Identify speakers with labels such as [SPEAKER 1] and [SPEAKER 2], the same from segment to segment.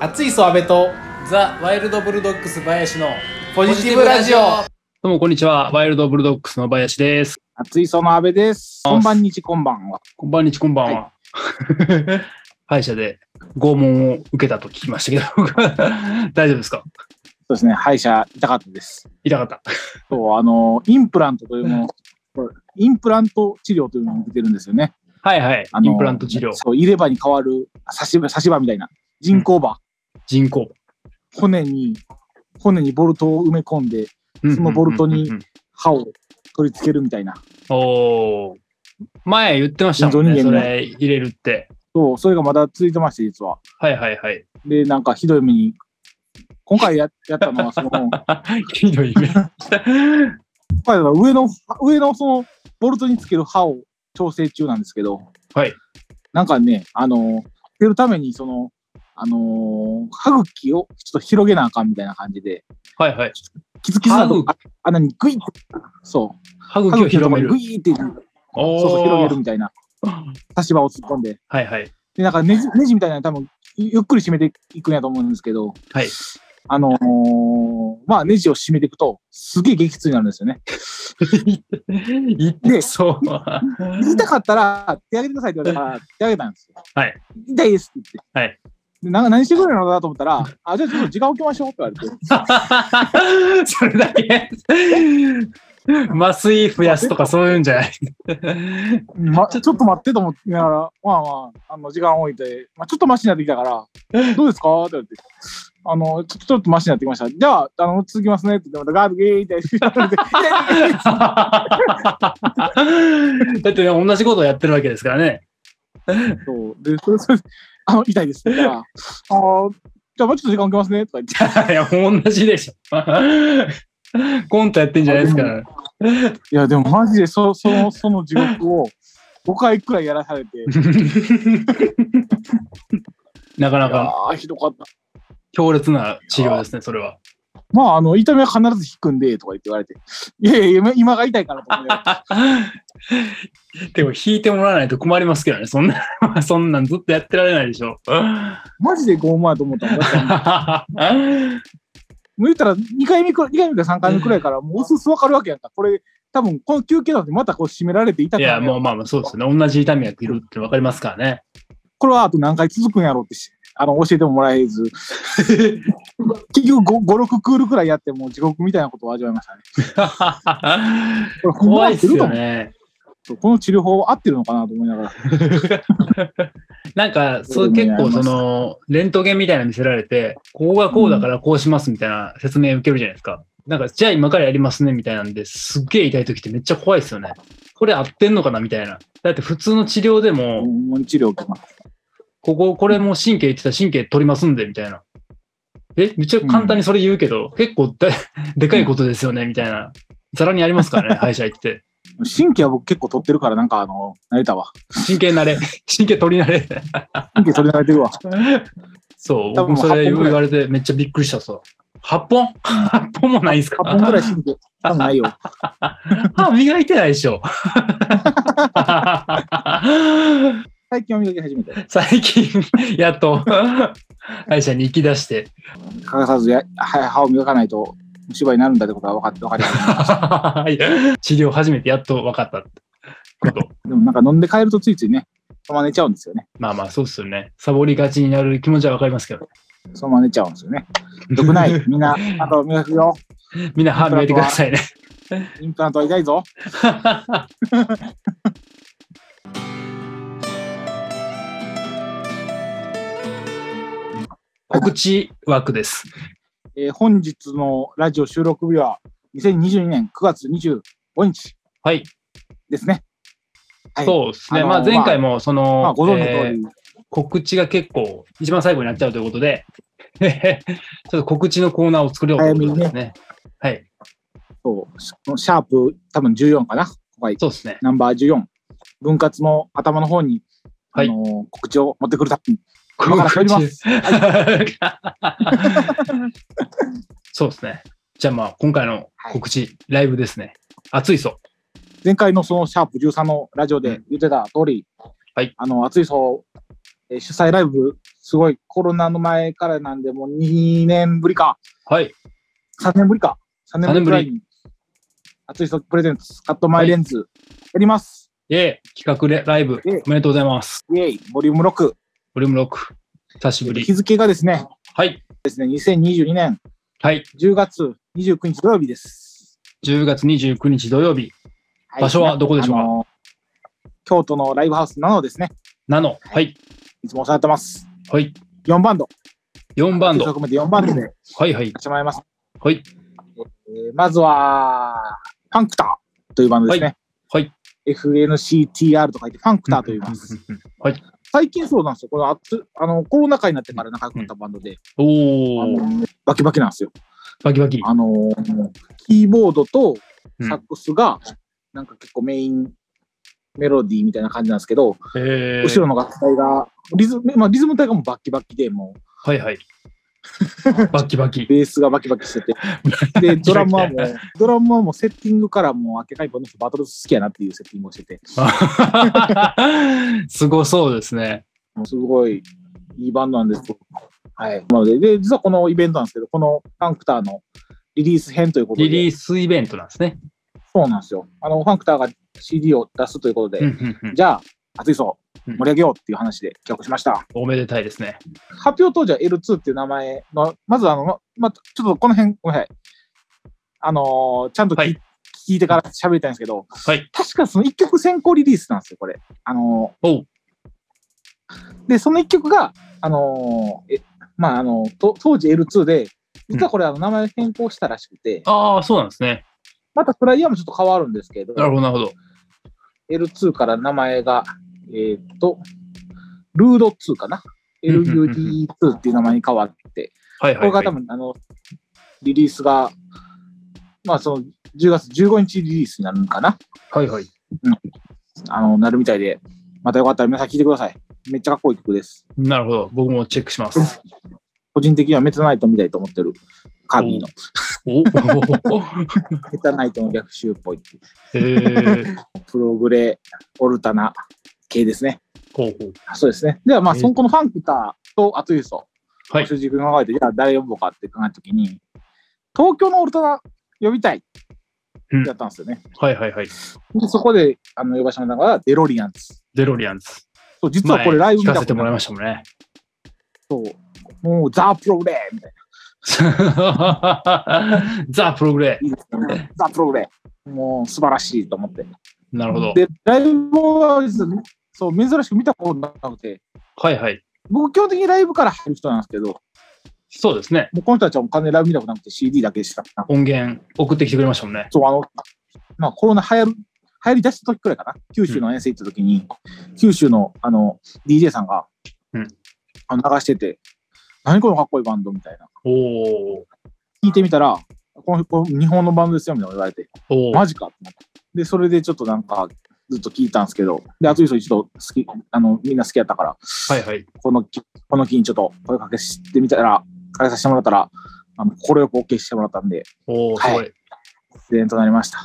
[SPEAKER 1] 熱いソアベと
[SPEAKER 2] ザ・ワイルド・ブルドッグス林の
[SPEAKER 1] ポジティブラジオ
[SPEAKER 3] どうも、こんにちは。ワイルドブルドックスの林です。
[SPEAKER 4] 熱いその阿部です。こんばんにちこんばんは。
[SPEAKER 3] こんばんにち、こんばんは。 歯医者で拷問を受けたと聞きましたけど、 大丈夫ですか
[SPEAKER 4] そうですね、歯医者痛かったです。
[SPEAKER 3] 痛かった。
[SPEAKER 4] そう、あの、インプラントというのを、これインプラント治療というのを受けてるんですよね。
[SPEAKER 3] はいはい
[SPEAKER 4] あ。の
[SPEAKER 3] インプラント治療、
[SPEAKER 4] そう、入れ歯に変わる差し歯差し歯みたいな。人工歯、
[SPEAKER 3] 人工。
[SPEAKER 4] 骨に、骨にボルトを埋め込んで、そのボルト
[SPEAKER 3] うんう
[SPEAKER 4] に
[SPEAKER 3] んうんうん。
[SPEAKER 4] 歯を取り付けるみたいな。
[SPEAKER 3] おー前言ってましたもんね、
[SPEAKER 4] 人
[SPEAKER 3] そ
[SPEAKER 4] 造人間の
[SPEAKER 3] れ入れるって。
[SPEAKER 4] そう、それがまだ続いてまして、実は。
[SPEAKER 3] はいはいはい。
[SPEAKER 4] で、なんかひどい目に、今回ややったのは、その、今
[SPEAKER 3] ひどい目。
[SPEAKER 4] 回は上の、上のその、ボルトにつける歯を調整中なんですけど、
[SPEAKER 3] はい。
[SPEAKER 4] なんかね、あの、出るために、その、あのー歯茎をちょっと広げなあかんみたいな感じで、
[SPEAKER 3] はいはい。
[SPEAKER 4] キツキツなとこ
[SPEAKER 3] 歯
[SPEAKER 4] あ穴にグイッそう、
[SPEAKER 3] 歯
[SPEAKER 4] 歯
[SPEAKER 3] 茎を
[SPEAKER 4] 茎のと
[SPEAKER 3] 広
[SPEAKER 4] こ
[SPEAKER 3] め
[SPEAKER 4] に
[SPEAKER 3] る
[SPEAKER 4] グ。イッて、そう
[SPEAKER 3] おー
[SPEAKER 4] そう広げるみたいな、差し歯を突っ込んで、
[SPEAKER 3] はいはい。
[SPEAKER 4] で、なんかネジネジみたいなの多分、ゆっくり締めていくんやと思うんですけど、
[SPEAKER 3] はい。
[SPEAKER 4] あのーまあ、ネジを締めていくと、すげえ激痛になるんですよね。
[SPEAKER 3] 言ってそう。
[SPEAKER 4] 痛かったら、手あげてくださいって言われたから、手あげたんですよ。
[SPEAKER 3] はい。
[SPEAKER 4] 痛いですって言って。
[SPEAKER 3] はい。
[SPEAKER 4] でな何してくれるのかなと思ったら、あ、じゃあちょっと時間置きましょうって言われて。
[SPEAKER 3] それだけ麻酔増やすとかそういうんじゃない
[SPEAKER 4] ま、ちょっと待ってと思ってながら、まあまあ、あの時間置いて、まあ、ちょっとマシになってきたから、どうですかって言われて、あのちょ、ちょっとマシになってきました。じゃあ、あの続きますねって言って、またガードゲーって言われて、
[SPEAKER 3] だって同じことをやってるわけですからね。
[SPEAKER 4] そうでそれそれあの痛いですって言ったら、あーじゃあもうちょっと時間置きますねとか言って、
[SPEAKER 3] いや、もう同じでしょ。 コントやってんじゃないですから。
[SPEAKER 4] いや、でもマジでそそのその地獄を5回くらいやらされて、い
[SPEAKER 3] なかな
[SPEAKER 4] や
[SPEAKER 3] か
[SPEAKER 4] ーひどかった。
[SPEAKER 3] 強烈な治療ですね、それは。
[SPEAKER 4] まあ、あの痛みは必ず引くんでとか言って言われて、いやいや今、今が痛いからと思って。
[SPEAKER 3] でも、引いてもらわないと困りますけどね。そんな、 そんなんずっとやってられないでしょ。
[SPEAKER 4] マジで傲慢やと思ったもん。だってもう言ったら2回目くらい、2回目か3回目くらいから、もううすうすわかるわけやんか。これ、多分この休憩なんてまたこう締められて痛
[SPEAKER 3] い
[SPEAKER 4] くな
[SPEAKER 3] や、
[SPEAKER 4] る
[SPEAKER 3] も
[SPEAKER 4] や。
[SPEAKER 3] うんまあまあ、そうですよね。同じ痛みがいるって分かりますからね。
[SPEAKER 4] これはあと何回続くんやろうってし、あの、教えてももらえ ず。結局5、5 6クールくらいやって、もう地獄みたいなことを味わいましたね。これ、ほんま
[SPEAKER 3] 怖い
[SPEAKER 4] 合
[SPEAKER 3] っ
[SPEAKER 4] って
[SPEAKER 3] す
[SPEAKER 4] る
[SPEAKER 3] よ
[SPEAKER 4] と思
[SPEAKER 3] ね。
[SPEAKER 4] う。この治療法合ってるのかなと思いながら。
[SPEAKER 3] なんか、そう
[SPEAKER 4] そういう
[SPEAKER 3] 結
[SPEAKER 4] のもあ
[SPEAKER 3] 構
[SPEAKER 4] り
[SPEAKER 3] そ
[SPEAKER 4] ます
[SPEAKER 3] の、レントゲンみたいなの見せられて、ここがこうだからこうしますみたいな説明受けるじゃないですか。なんか、じゃあ今からやりますねみたいなんで、すっげえ痛い時ってめっちゃ怖いですよね。これ合ってんのかなみたいな。だって普通の治療でも、
[SPEAKER 4] もう治療受けます。
[SPEAKER 3] ここ、これもう神経言ってたら神経取りますんで、みたいな。え、めっちゃ簡単にそれ言うけど、結構で でかいことですよね、みたいな。ざらにありますから ね、歯医者行って。
[SPEAKER 4] 神経は僕結構取ってるから、なんかあの、慣れたわ。
[SPEAKER 3] 神経慣れ。神経取り慣れ。
[SPEAKER 4] 神経取り慣れてるわ。
[SPEAKER 3] そう、
[SPEAKER 4] 多
[SPEAKER 3] 僕
[SPEAKER 4] 分
[SPEAKER 3] もそれ
[SPEAKER 4] 8
[SPEAKER 3] 言
[SPEAKER 4] 本ぐらい
[SPEAKER 3] われてめっちゃびっくりしたさ。8本 ?8 本もないんすか
[SPEAKER 4] 8本ぐらい神経、多分ないよ。
[SPEAKER 3] 歯磨いてないでしょ。
[SPEAKER 4] 最近は磨き始めて。
[SPEAKER 3] 最近、やっと、歯医者に行き出して。
[SPEAKER 4] 欠かさずや、は歯を磨かないと虫歯になるんだってことは分かって、分かりました。
[SPEAKER 3] 治療初めてやっと分かったってこと。
[SPEAKER 4] でもなんか飲んで帰るとついついね、そのまま寝ちゃうんですよね。
[SPEAKER 3] まあまあ、そうっすよね。サボりがちになる気持ちは分かりますけど。
[SPEAKER 4] そのまま寝ちゃうんですよね。よくない。みんな、あと磨くよ。
[SPEAKER 3] みんな歯磨いてくだ さいね。
[SPEAKER 4] インプラントは痛いぞ。
[SPEAKER 3] 告知枠です。
[SPEAKER 4] えー本日のラジオ収録日は、2022年9月25日
[SPEAKER 3] はい、
[SPEAKER 4] ですね。はい
[SPEAKER 3] そうですね。
[SPEAKER 4] あの
[SPEAKER 3] まあ、前回もその、
[SPEAKER 4] まあ、ご存知の
[SPEAKER 3] えー
[SPEAKER 4] 通り、
[SPEAKER 3] 告知が結構一番最後になっちゃうということで、 ちょっと告知のコーナーを作ろうということですね。はい、
[SPEAKER 4] そうしシャープ多分14かな。はい。
[SPEAKER 3] そうですね。
[SPEAKER 4] ナンバー14。分割の頭の方に、
[SPEAKER 3] はい
[SPEAKER 4] あのー告知を持ってくるために、今から
[SPEAKER 3] 告
[SPEAKER 4] 喋りま
[SPEAKER 3] 知。
[SPEAKER 4] す。
[SPEAKER 3] そうですね。じゃあまあ、今回の告知、ライブですね。熱いぞ。
[SPEAKER 4] 前回のそのシャープ13のラジオで言ってた通り、
[SPEAKER 3] はい
[SPEAKER 4] あの、熱い層、えー主催ライブすごい、コロナの前からなんで、もう2年ぶりか、
[SPEAKER 3] はい。
[SPEAKER 4] 3年ぶりか、3年ぶりぐらいに、熱い人プレゼンツ、カットマイレンズ、やります。
[SPEAKER 3] で、企画でライブ、お
[SPEAKER 4] ええ
[SPEAKER 3] めでとうございます。
[SPEAKER 4] イェイ、ボリューム6。
[SPEAKER 3] ボリューム6、久しぶり
[SPEAKER 4] 日。付がですね、
[SPEAKER 3] はい。
[SPEAKER 4] ですね、2022年
[SPEAKER 3] はい。
[SPEAKER 4] 10月29日土曜日です。
[SPEAKER 3] 10月29日土曜日、
[SPEAKER 4] はい
[SPEAKER 3] 場所はどこでしょうか
[SPEAKER 4] あの京都のライブハウスなのですね、
[SPEAKER 3] ナノ。はい。
[SPEAKER 4] いつもお世話になってます。
[SPEAKER 3] はい。
[SPEAKER 4] 4バンド。
[SPEAKER 3] 4バンド。
[SPEAKER 4] 含めて4バンドでや
[SPEAKER 3] はいはい。
[SPEAKER 4] ってもらいます。
[SPEAKER 3] はい。
[SPEAKER 4] えーまずは、ファンクターというバンドですね。
[SPEAKER 3] はいはい
[SPEAKER 4] FNCTR と書いて、ファンクターと言います。
[SPEAKER 3] うんうん
[SPEAKER 4] 最近そうなんですよ。このあつあのコロナ禍になってから仲良くなったバンドで、
[SPEAKER 3] うん
[SPEAKER 4] あ
[SPEAKER 3] おー、
[SPEAKER 4] のバキバキなんですよ。
[SPEAKER 3] バキバキ。
[SPEAKER 4] あのーキーボードと
[SPEAKER 3] うん
[SPEAKER 4] サックスが、なんか結構メインメロディーみたいな感じなんですけど、
[SPEAKER 3] え
[SPEAKER 4] 後ろの楽器隊が、リズム、まあ、リズム隊がもうバッキバキで、も
[SPEAKER 3] はいはい。 バキバキ
[SPEAKER 4] う。ベースがバキバキして て、で、ドラムはもう、ドラムはもうセッティングからもう明けかいこの人バトル好きやなっていうセッティングをしてて、
[SPEAKER 3] すごそうですね。
[SPEAKER 4] もうすごいいいバンドなんですけど、はい。なので、で、実はこのイベントなんですけど、このファンクターのリリース編ということで、
[SPEAKER 3] リリースイベントなんですね。
[SPEAKER 4] そうなんですよ。あの、ファンクターが CD を出すということで、
[SPEAKER 3] うんうんうん
[SPEAKER 4] じゃあ、熱いぞ、
[SPEAKER 3] うん
[SPEAKER 4] 盛り上げようっていう話で企画しました。
[SPEAKER 3] おめでたいですね。
[SPEAKER 4] 発表当時は L2 っていう名前の、まずあの、まま、ちょっとこの辺、ごめんなさい。あのーちゃんとき、
[SPEAKER 3] はい
[SPEAKER 4] 聞いてから喋りたいんですけど、
[SPEAKER 3] はい。
[SPEAKER 4] 確かその1曲先行リリースなんですよ、これ。あの
[SPEAKER 3] おう。
[SPEAKER 4] ーで、その1曲が、あのーえ、まあ、あのと当時 L2 で、実はこれ、あの、名前変更したらしくて、
[SPEAKER 3] ああ、そうなんですね。
[SPEAKER 4] またフライヤーもちょっと変わるんですけど、
[SPEAKER 3] なるほど、なるほど。
[SPEAKER 4] L2 から名前が、えーっと、ルード2かな。
[SPEAKER 3] うんうんうんうん
[SPEAKER 4] LUD2 っていう名前に変わって、
[SPEAKER 3] はい
[SPEAKER 4] こ
[SPEAKER 3] はい、は
[SPEAKER 4] れが
[SPEAKER 3] い
[SPEAKER 4] 多。分、あの、リリースが、まあその10月15日リリースになるのかな。
[SPEAKER 3] はいはい。
[SPEAKER 4] あの、なるみたいで、またよかったら皆さん聴いてください。めっちゃかっこいい曲です。
[SPEAKER 3] なるほど。僕もチェックします。
[SPEAKER 4] 個人的にはメタナイトみたいと思ってる。カービィの。
[SPEAKER 3] おお
[SPEAKER 4] メタナイトの逆襲っぽい。
[SPEAKER 3] えー、
[SPEAKER 4] プログレ、オルタナ系ですね。
[SPEAKER 3] ほうほう。
[SPEAKER 4] そうですね。では、まあ、
[SPEAKER 3] えー
[SPEAKER 4] そのこのファンクターとアトゥーソ
[SPEAKER 3] はい。
[SPEAKER 4] 主軸考えて、じゃあ誰呼ぼうかって考えたときに、東京のオルタナ呼びたいってやったんですよね。
[SPEAKER 3] はいはいはい。
[SPEAKER 4] でそこであの呼ばせてもらったのがデロリアンズ。
[SPEAKER 3] デロリアンズ。
[SPEAKER 4] そう、実はこれライブ見
[SPEAKER 3] 前聞か
[SPEAKER 4] たこ
[SPEAKER 3] せて
[SPEAKER 4] と
[SPEAKER 3] もらい
[SPEAKER 4] ない。
[SPEAKER 3] ましたもんね。
[SPEAKER 4] そう。もうザ・プログレーみたい
[SPEAKER 3] ザ・プログレ
[SPEAKER 4] な。いいですね。ザ・プログレー。もう素晴らしいと思って。
[SPEAKER 3] ー。なるほど。
[SPEAKER 4] で、ライブは実はそう珍しく見たことなくて、
[SPEAKER 3] はいはい。
[SPEAKER 4] 僕基本的にライブから入る人なんですけど、も
[SPEAKER 3] そうですね。
[SPEAKER 4] うこの人たちはもう完全にライブ見たことなくて CD だけしかなくて。
[SPEAKER 3] 音源送ってきてくれましたもんね。
[SPEAKER 4] そう、あの、まあ、コロナ流行る、流行り出した時くらいかな。九州の遠征行った時に、九州の、あの、DJ さんが、
[SPEAKER 3] うん
[SPEAKER 4] あの流してて、何このかっこいいバンドみたいな。
[SPEAKER 3] おお
[SPEAKER 4] 聞いてみたら、この、この日本のバンドですよ、みたいなの言われて、
[SPEAKER 3] おお
[SPEAKER 4] マジかってなって。で、それでちょっとなんか、ずっと聞いたんですけど、で、あと一度好き、あの、みんな好きやったから、
[SPEAKER 3] はいはい。
[SPEAKER 4] このき、この木にちょっと声かけしてみたら、かけさせてもらったら、あの、快く OK してもらったんで、
[SPEAKER 3] おおすご。
[SPEAKER 4] はい出演となりました。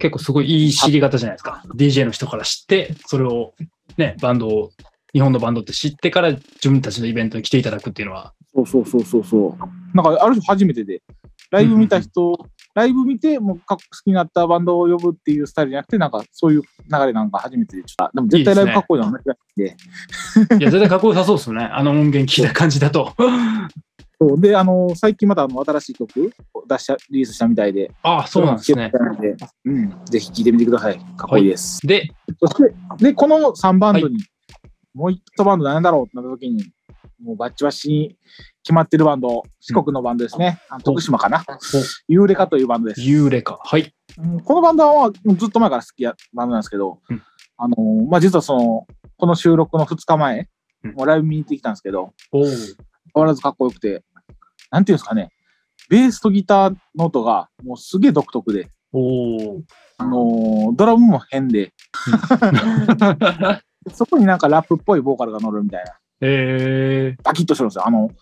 [SPEAKER 3] 結構すごいいい知り方じゃないですか。DJ の人から知って、それを、ね、バンドを、日本のバンドって知ってから自分たちのイベントに来ていただくっていうのは。
[SPEAKER 4] そうそうそうそうそう。なんかある種初めてで、ライブ見た人、ライブ見て、もうかっこ好きになったバンドを呼ぶっていうスタイルじゃなくて、なんかそういう流れなんか初めてで、ちょっと、でも絶対ライブかっこいいのは同じだって
[SPEAKER 3] いや、絶対かっこよさそうですよね。あの音源聞いた感じだと。
[SPEAKER 4] そうで、あの、最近まだあの新しい曲を出した、リリースしたみたいで、
[SPEAKER 3] ああ、そうなんですね
[SPEAKER 4] そ。れも聞けたのでうん、ぜひ聴いてみてください。かっこいいです。
[SPEAKER 3] で、
[SPEAKER 4] そして、で、この3バンドに、もう1バンド何だろうってなった時に、もうバッチバチに決まってるバンド、四国のバンドですね。あの徳島かな。ユーレカというバンドです。
[SPEAKER 3] 幽霊か。はい。
[SPEAKER 4] うんこのバンドはずっと前から好きやバンドなんですけど、
[SPEAKER 3] うん
[SPEAKER 4] あのーまあ、実はその、この収録の2日前、
[SPEAKER 3] うん
[SPEAKER 4] もうライブ見に行ってきたんですけど、
[SPEAKER 3] おお
[SPEAKER 4] 変わらずかっこよくて、なんていうんですかね、ベースとギターの音がもうすげえ独特で、
[SPEAKER 3] おお
[SPEAKER 4] あのードラムも変で、そこになんかラップっぽいボーカルが乗るみたいな、
[SPEAKER 3] え
[SPEAKER 4] バキッとしてるんですよ。あの、なんてい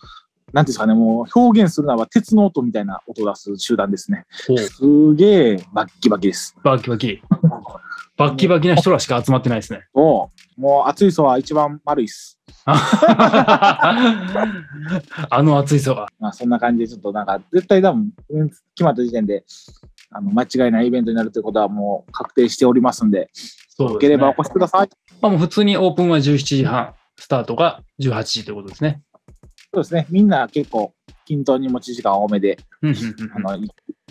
[SPEAKER 4] うんですかね、もう表現するならば鉄の音みたいな音を出す集団ですね。
[SPEAKER 3] ー、おう
[SPEAKER 4] すげえバッキバキです。
[SPEAKER 3] バキバキ。バッキバキな人らしか集まってないですね。
[SPEAKER 4] おうもう熱い層は一番丸いっす。
[SPEAKER 3] あの熱いそば。
[SPEAKER 4] まあ、そんな感じで、ちょっとなんか、絶対多分、うん決まった時点で、あの、間違いないイベントになるということはもう確定しておりますんで、
[SPEAKER 3] そうで
[SPEAKER 4] よけ
[SPEAKER 3] す
[SPEAKER 4] れ
[SPEAKER 3] ね
[SPEAKER 4] ばお越しください。
[SPEAKER 3] まあ、もう普通にオープンは17時半、スタートが18時ということですね。
[SPEAKER 4] そうですね。みんな結構、均等に持ち時間多めで、
[SPEAKER 3] うんうんうん
[SPEAKER 4] あの、ラ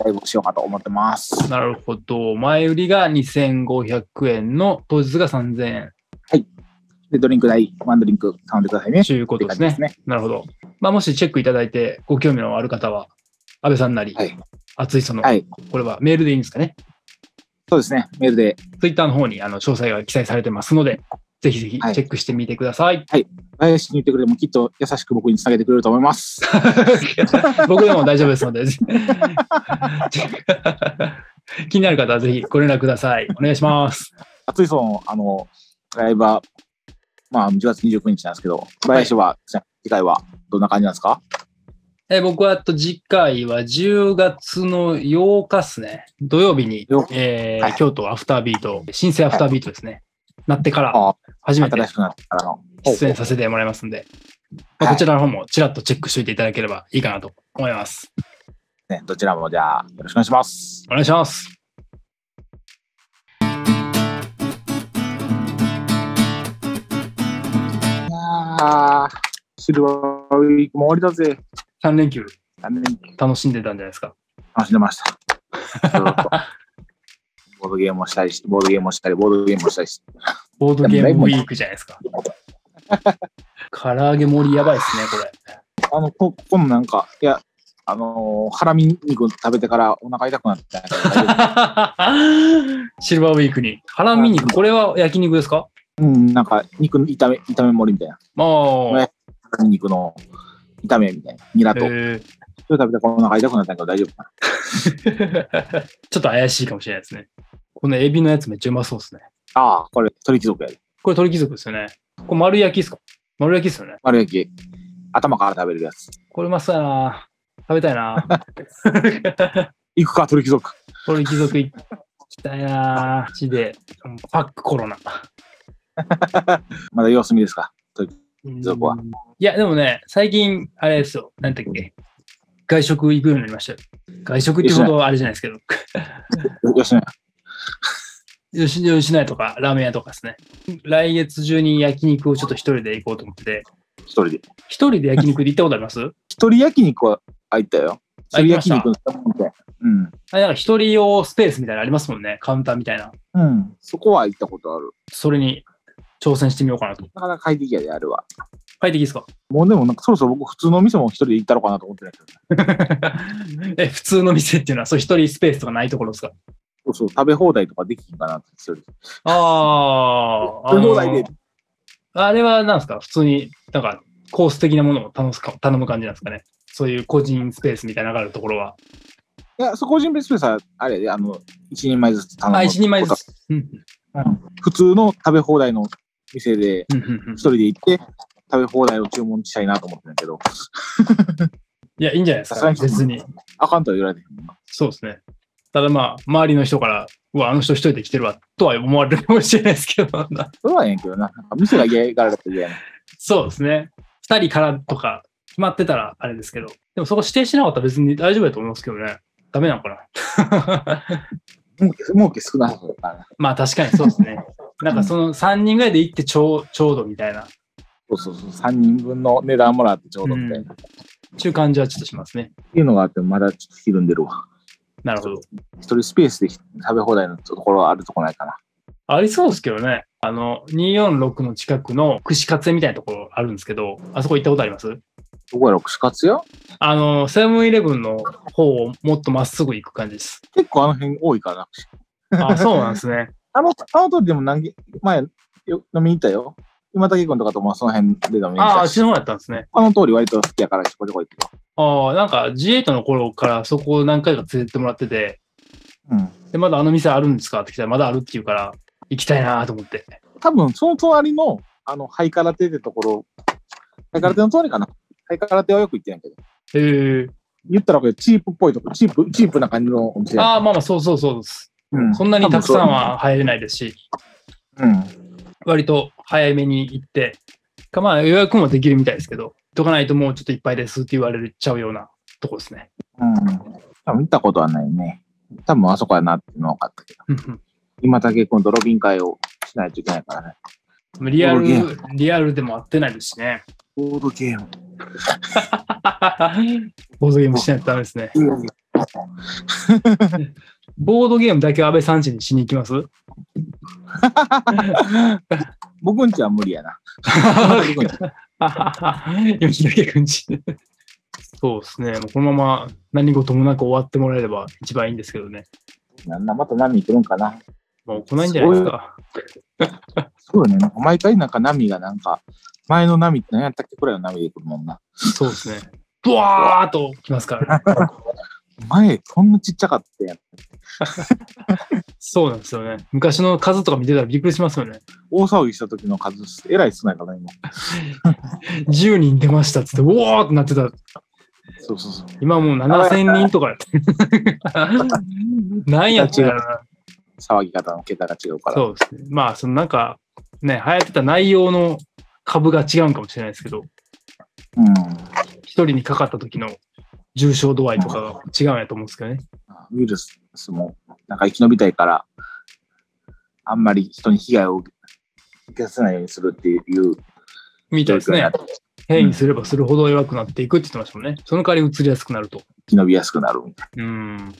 [SPEAKER 4] イブしようかと思ってます。
[SPEAKER 3] なるほど。前売りが2500円の当日が3000円
[SPEAKER 4] で、ドリンク代、ワンドリンク頼んでくださいね。
[SPEAKER 3] ということですね。
[SPEAKER 4] って感じです
[SPEAKER 3] なるほど。まあ、もしチェックいただいてご興味のある方は、安倍さんなり、
[SPEAKER 4] はい
[SPEAKER 3] 熱いその、
[SPEAKER 4] はい
[SPEAKER 3] これはメールでいいんですかね。
[SPEAKER 4] そうですね。メールで、
[SPEAKER 3] ツイッターの方にあの詳細が記載されてますので、ぜひぜひチ
[SPEAKER 4] はい
[SPEAKER 3] ェックしてみてください。
[SPEAKER 4] 林に言ってくれてもきっと優しく僕につなげてくれると思い ます。
[SPEAKER 3] 僕でも大丈夫ですので、ぜひ 気になる方はぜひご連絡ください。お願いします。
[SPEAKER 4] 熱いその、あの、ライブは、まあ、10月29日なんですけど、林は、じゃあ次回はどんな感じなんですか
[SPEAKER 3] えー僕はあと次回は10月の8日ですね。土曜日に
[SPEAKER 4] よ、
[SPEAKER 3] えー
[SPEAKER 4] はい
[SPEAKER 3] 京都アフタービート、新生アフタービートですね。なってから
[SPEAKER 4] あ
[SPEAKER 3] 初めて
[SPEAKER 4] 新しくなってからの。
[SPEAKER 3] 出演させてもらいますんで、まあ
[SPEAKER 4] はい
[SPEAKER 3] こちらの方もちらっとチェックしておいていただければいいかなと思います。
[SPEAKER 4] ね、どちらもじゃあ、よろしくお願いします。
[SPEAKER 3] お願いします。
[SPEAKER 4] いやーシルバーウィークも終わりだぜ。
[SPEAKER 3] 3連休
[SPEAKER 4] 残念
[SPEAKER 3] 楽しんでたんじゃないですか。
[SPEAKER 4] 楽しんでました。ボードゲームをしたりし、ボードゲームをしたり、ボードゲームをしたりし。
[SPEAKER 3] ボードゲームウィークじゃないです か。唐揚げ盛りやばいっすね、 これ。
[SPEAKER 4] あの、こ、ここのなんか、いや、あのーハラミ肉食べてからお腹痛くなったんやけど大丈
[SPEAKER 3] シルバーウィークに。ハラミ肉、これは焼肉ですか
[SPEAKER 4] 夫うん、なんか、肉の炒め、炒め盛りみたいな。
[SPEAKER 3] まあ、
[SPEAKER 4] ねハラミ肉の炒めみたいな。ニラと。そ
[SPEAKER 3] え
[SPEAKER 4] れ
[SPEAKER 3] ー
[SPEAKER 4] 食べてからお腹痛くなったんやけど大丈夫かな。
[SPEAKER 3] ちょっと怪しいかもしれないですね。このエビのやつめっちゃうまそうですね。
[SPEAKER 4] ああ、これ、鳥貴族やで。
[SPEAKER 3] これ鳥貴族ですよね。これ丸焼きですか丸焼きですよね。
[SPEAKER 4] 丸焼き。頭から食べるやつ。
[SPEAKER 3] これうまそうやな。食べたいな。
[SPEAKER 4] 行くか、鳥貴族。
[SPEAKER 3] 鳥貴族行きたいな。地で、うんパックコロナ。
[SPEAKER 4] まだ様子見ですか。
[SPEAKER 3] うん
[SPEAKER 4] そこはい
[SPEAKER 3] や、でもね、最近、あれですよ。なんだっけ。外食行くようになりましたよ。外食っていうほどあれじゃないですけど。
[SPEAKER 4] よよしね。
[SPEAKER 3] 吉野吉野家とかラーメン屋とかですね。来月中に焼肉をちょっと一人で行こうと思ってて。
[SPEAKER 4] 一人で。
[SPEAKER 3] 一人で焼肉で行ったことあります
[SPEAKER 4] 一人焼肉は入ったよ。
[SPEAKER 3] あ
[SPEAKER 4] 一人
[SPEAKER 3] 行きまし
[SPEAKER 4] 焼
[SPEAKER 3] た
[SPEAKER 4] 肉の専門店。うん。
[SPEAKER 3] あなんか一人用スペースみたいなのありますもんね。カウンターみたいな。
[SPEAKER 4] うん。そこは行ったことある。
[SPEAKER 3] それに挑戦してみようかなと。
[SPEAKER 4] なかなか快適やで、あるわ。
[SPEAKER 3] 快適ですか
[SPEAKER 4] もうでもなんかそろそろ僕普通のお店も一人で行ったのかなと思ってないけど、ね、
[SPEAKER 3] え、普通の店っていうのは、そう一人スペースとかないところですか
[SPEAKER 4] そうそう、食べ放題とかできひんかなって一人で。
[SPEAKER 3] あ あ。あ
[SPEAKER 4] 食べ
[SPEAKER 3] の
[SPEAKER 4] 放題で。
[SPEAKER 3] あれはなんですか普通に、なんか、コース的なものを頼すか頼む感じなんですかねそういう個人スペースみたいなのがあるところは。
[SPEAKER 4] いや、そこ人別スペースはあれやで、あの、一人前ずつ頼む。
[SPEAKER 3] あ、一人前ず。つ。うん
[SPEAKER 4] 普通の食べ放題の店で
[SPEAKER 3] うんうんうん
[SPEAKER 4] 一人で行って、食べ放題を注文したいなと思ってんだけど、
[SPEAKER 3] いや、いいんじゃないです
[SPEAKER 4] さすが
[SPEAKER 3] か
[SPEAKER 4] に
[SPEAKER 3] 別に。
[SPEAKER 4] あかんとは言われてへんもんな。
[SPEAKER 3] そうですね。ただまあ、周りの人から、うわ、あの人一人で来てるわ、とは思われるかもしれないですけど、
[SPEAKER 4] それはええんけどな。なんか店が嫌がられて嫌やな。
[SPEAKER 3] そうですね。二人からとか決まってたらあれですけど、でもそこ指定しなかったら別に大丈夫だと思いますけどね。ダメなのかな
[SPEAKER 4] 儲け、儲け少なさそうやからな。
[SPEAKER 3] まあ確かにそうですね。なんかその三人ぐらいで行ってちょうちょうどみたいな、
[SPEAKER 4] そうそうそう、3人分の値段もらってちょうどみたいな。
[SPEAKER 3] ちゅう感じはちょっとしますね。
[SPEAKER 4] っていうのがあって、まだちょっとひるんでるわ。
[SPEAKER 3] なるほど。
[SPEAKER 4] 一人スペースで食べ放題のところはあるとこないかな。
[SPEAKER 3] ありそうですけどね。あの、246の近くの串カツ屋みたいなところあるんですけど、あそこ行ったことあります
[SPEAKER 4] どこやろ、串カツ屋
[SPEAKER 3] あの、セブンイレブンの方をもっとまっすぐ行く感じです。
[SPEAKER 4] 結構あの辺多いからな。
[SPEAKER 3] あ、そうなんですね。
[SPEAKER 4] あの、あの通りでも何軒前よ飲みに行ったよ。今竹君とかともその辺で飲みに行
[SPEAKER 3] あ、あ
[SPEAKER 4] っ
[SPEAKER 3] ったち
[SPEAKER 4] し。
[SPEAKER 3] の方だったんですね。
[SPEAKER 4] あの通り割と好きやから、ちょこちょこ行ってた。
[SPEAKER 3] ああ、なんか G8 の頃からそこを何回か連れてってもらってて、
[SPEAKER 4] うん。
[SPEAKER 3] で、まだあの店あるんですかって来たら、まだあるって言うから、行きたいなと思って。
[SPEAKER 4] 多分、その隣の、あの、ハイカラテってところ、ハイカラテの通りかな。ハイカラテはよく行ってんやけど。
[SPEAKER 3] えー、
[SPEAKER 4] 言ったらこれチープっぽいとこ、チープ、チープな感じのお店や。
[SPEAKER 3] ああ、まあまあ、そうそうそうです。
[SPEAKER 4] うん
[SPEAKER 3] そんなにたくさん。は入れないですし、
[SPEAKER 4] 多分そううん。
[SPEAKER 3] 割と早めに行って、かまあ予約もできるみたいですけど、とかないともうちょっといっぱいですって言われちゃうようなとこですね。
[SPEAKER 4] うん。多分見たことはないね。多分あそこやなっていうのは分かったけど。
[SPEAKER 3] うん
[SPEAKER 4] 今だけこのドロビン会をしないといけないからね。
[SPEAKER 3] うんリアル
[SPEAKER 4] ボードゲ、
[SPEAKER 3] リアルでも合ってないですしね。
[SPEAKER 4] ボードゲーム。
[SPEAKER 3] ボードゲームしないとダメですね。ボードゲームだけ安倍さんちにしに行きます
[SPEAKER 4] 僕んちは無理やな。
[SPEAKER 3] 吉田家くんち。そうですね。もうこのまま何事もなく終わってもらえれば一番いいんですけどね。
[SPEAKER 4] なんだ、また波来るんかな。
[SPEAKER 3] もう来ないんじゃないですか。
[SPEAKER 4] そうよね。なんか毎回なんか波がなんか、前の波って何やったっけくらいの波で来るもんな。
[SPEAKER 3] そうですね。ブワーっと来ますから、ね。
[SPEAKER 4] 前、こんなちっちゃかったやん。
[SPEAKER 3] そうなんですよね。昔の数とか見てたらびっくりしますよね。
[SPEAKER 4] 大騒ぎした時の数、えらい少ないからね、今。
[SPEAKER 3] 10人出ましたっつって、うおーってなってた。
[SPEAKER 4] そうそうそう。
[SPEAKER 3] 今もう7000人とかやって。何やって たら な。
[SPEAKER 4] 騒ぎ方の桁が違うから。
[SPEAKER 3] そうですね。まあ、そのなんか、ね、流行ってた内容の株が違うんかもしれないですけど、
[SPEAKER 4] うん。
[SPEAKER 3] 一人にかかった時の重症度合いとかが違うんやと思うんですけどね。
[SPEAKER 4] ウイルスも、なんか生き延びたいから、あんまり人に被害を受けさせないようにするっていう
[SPEAKER 3] みたいです
[SPEAKER 4] 状況にな
[SPEAKER 3] ね
[SPEAKER 4] って、。
[SPEAKER 3] 変異すればするほど弱くなっていくって言ってましたもんね。その代わり移りやすくなると。
[SPEAKER 4] 生き延びやすくなるみたいな。
[SPEAKER 3] うん。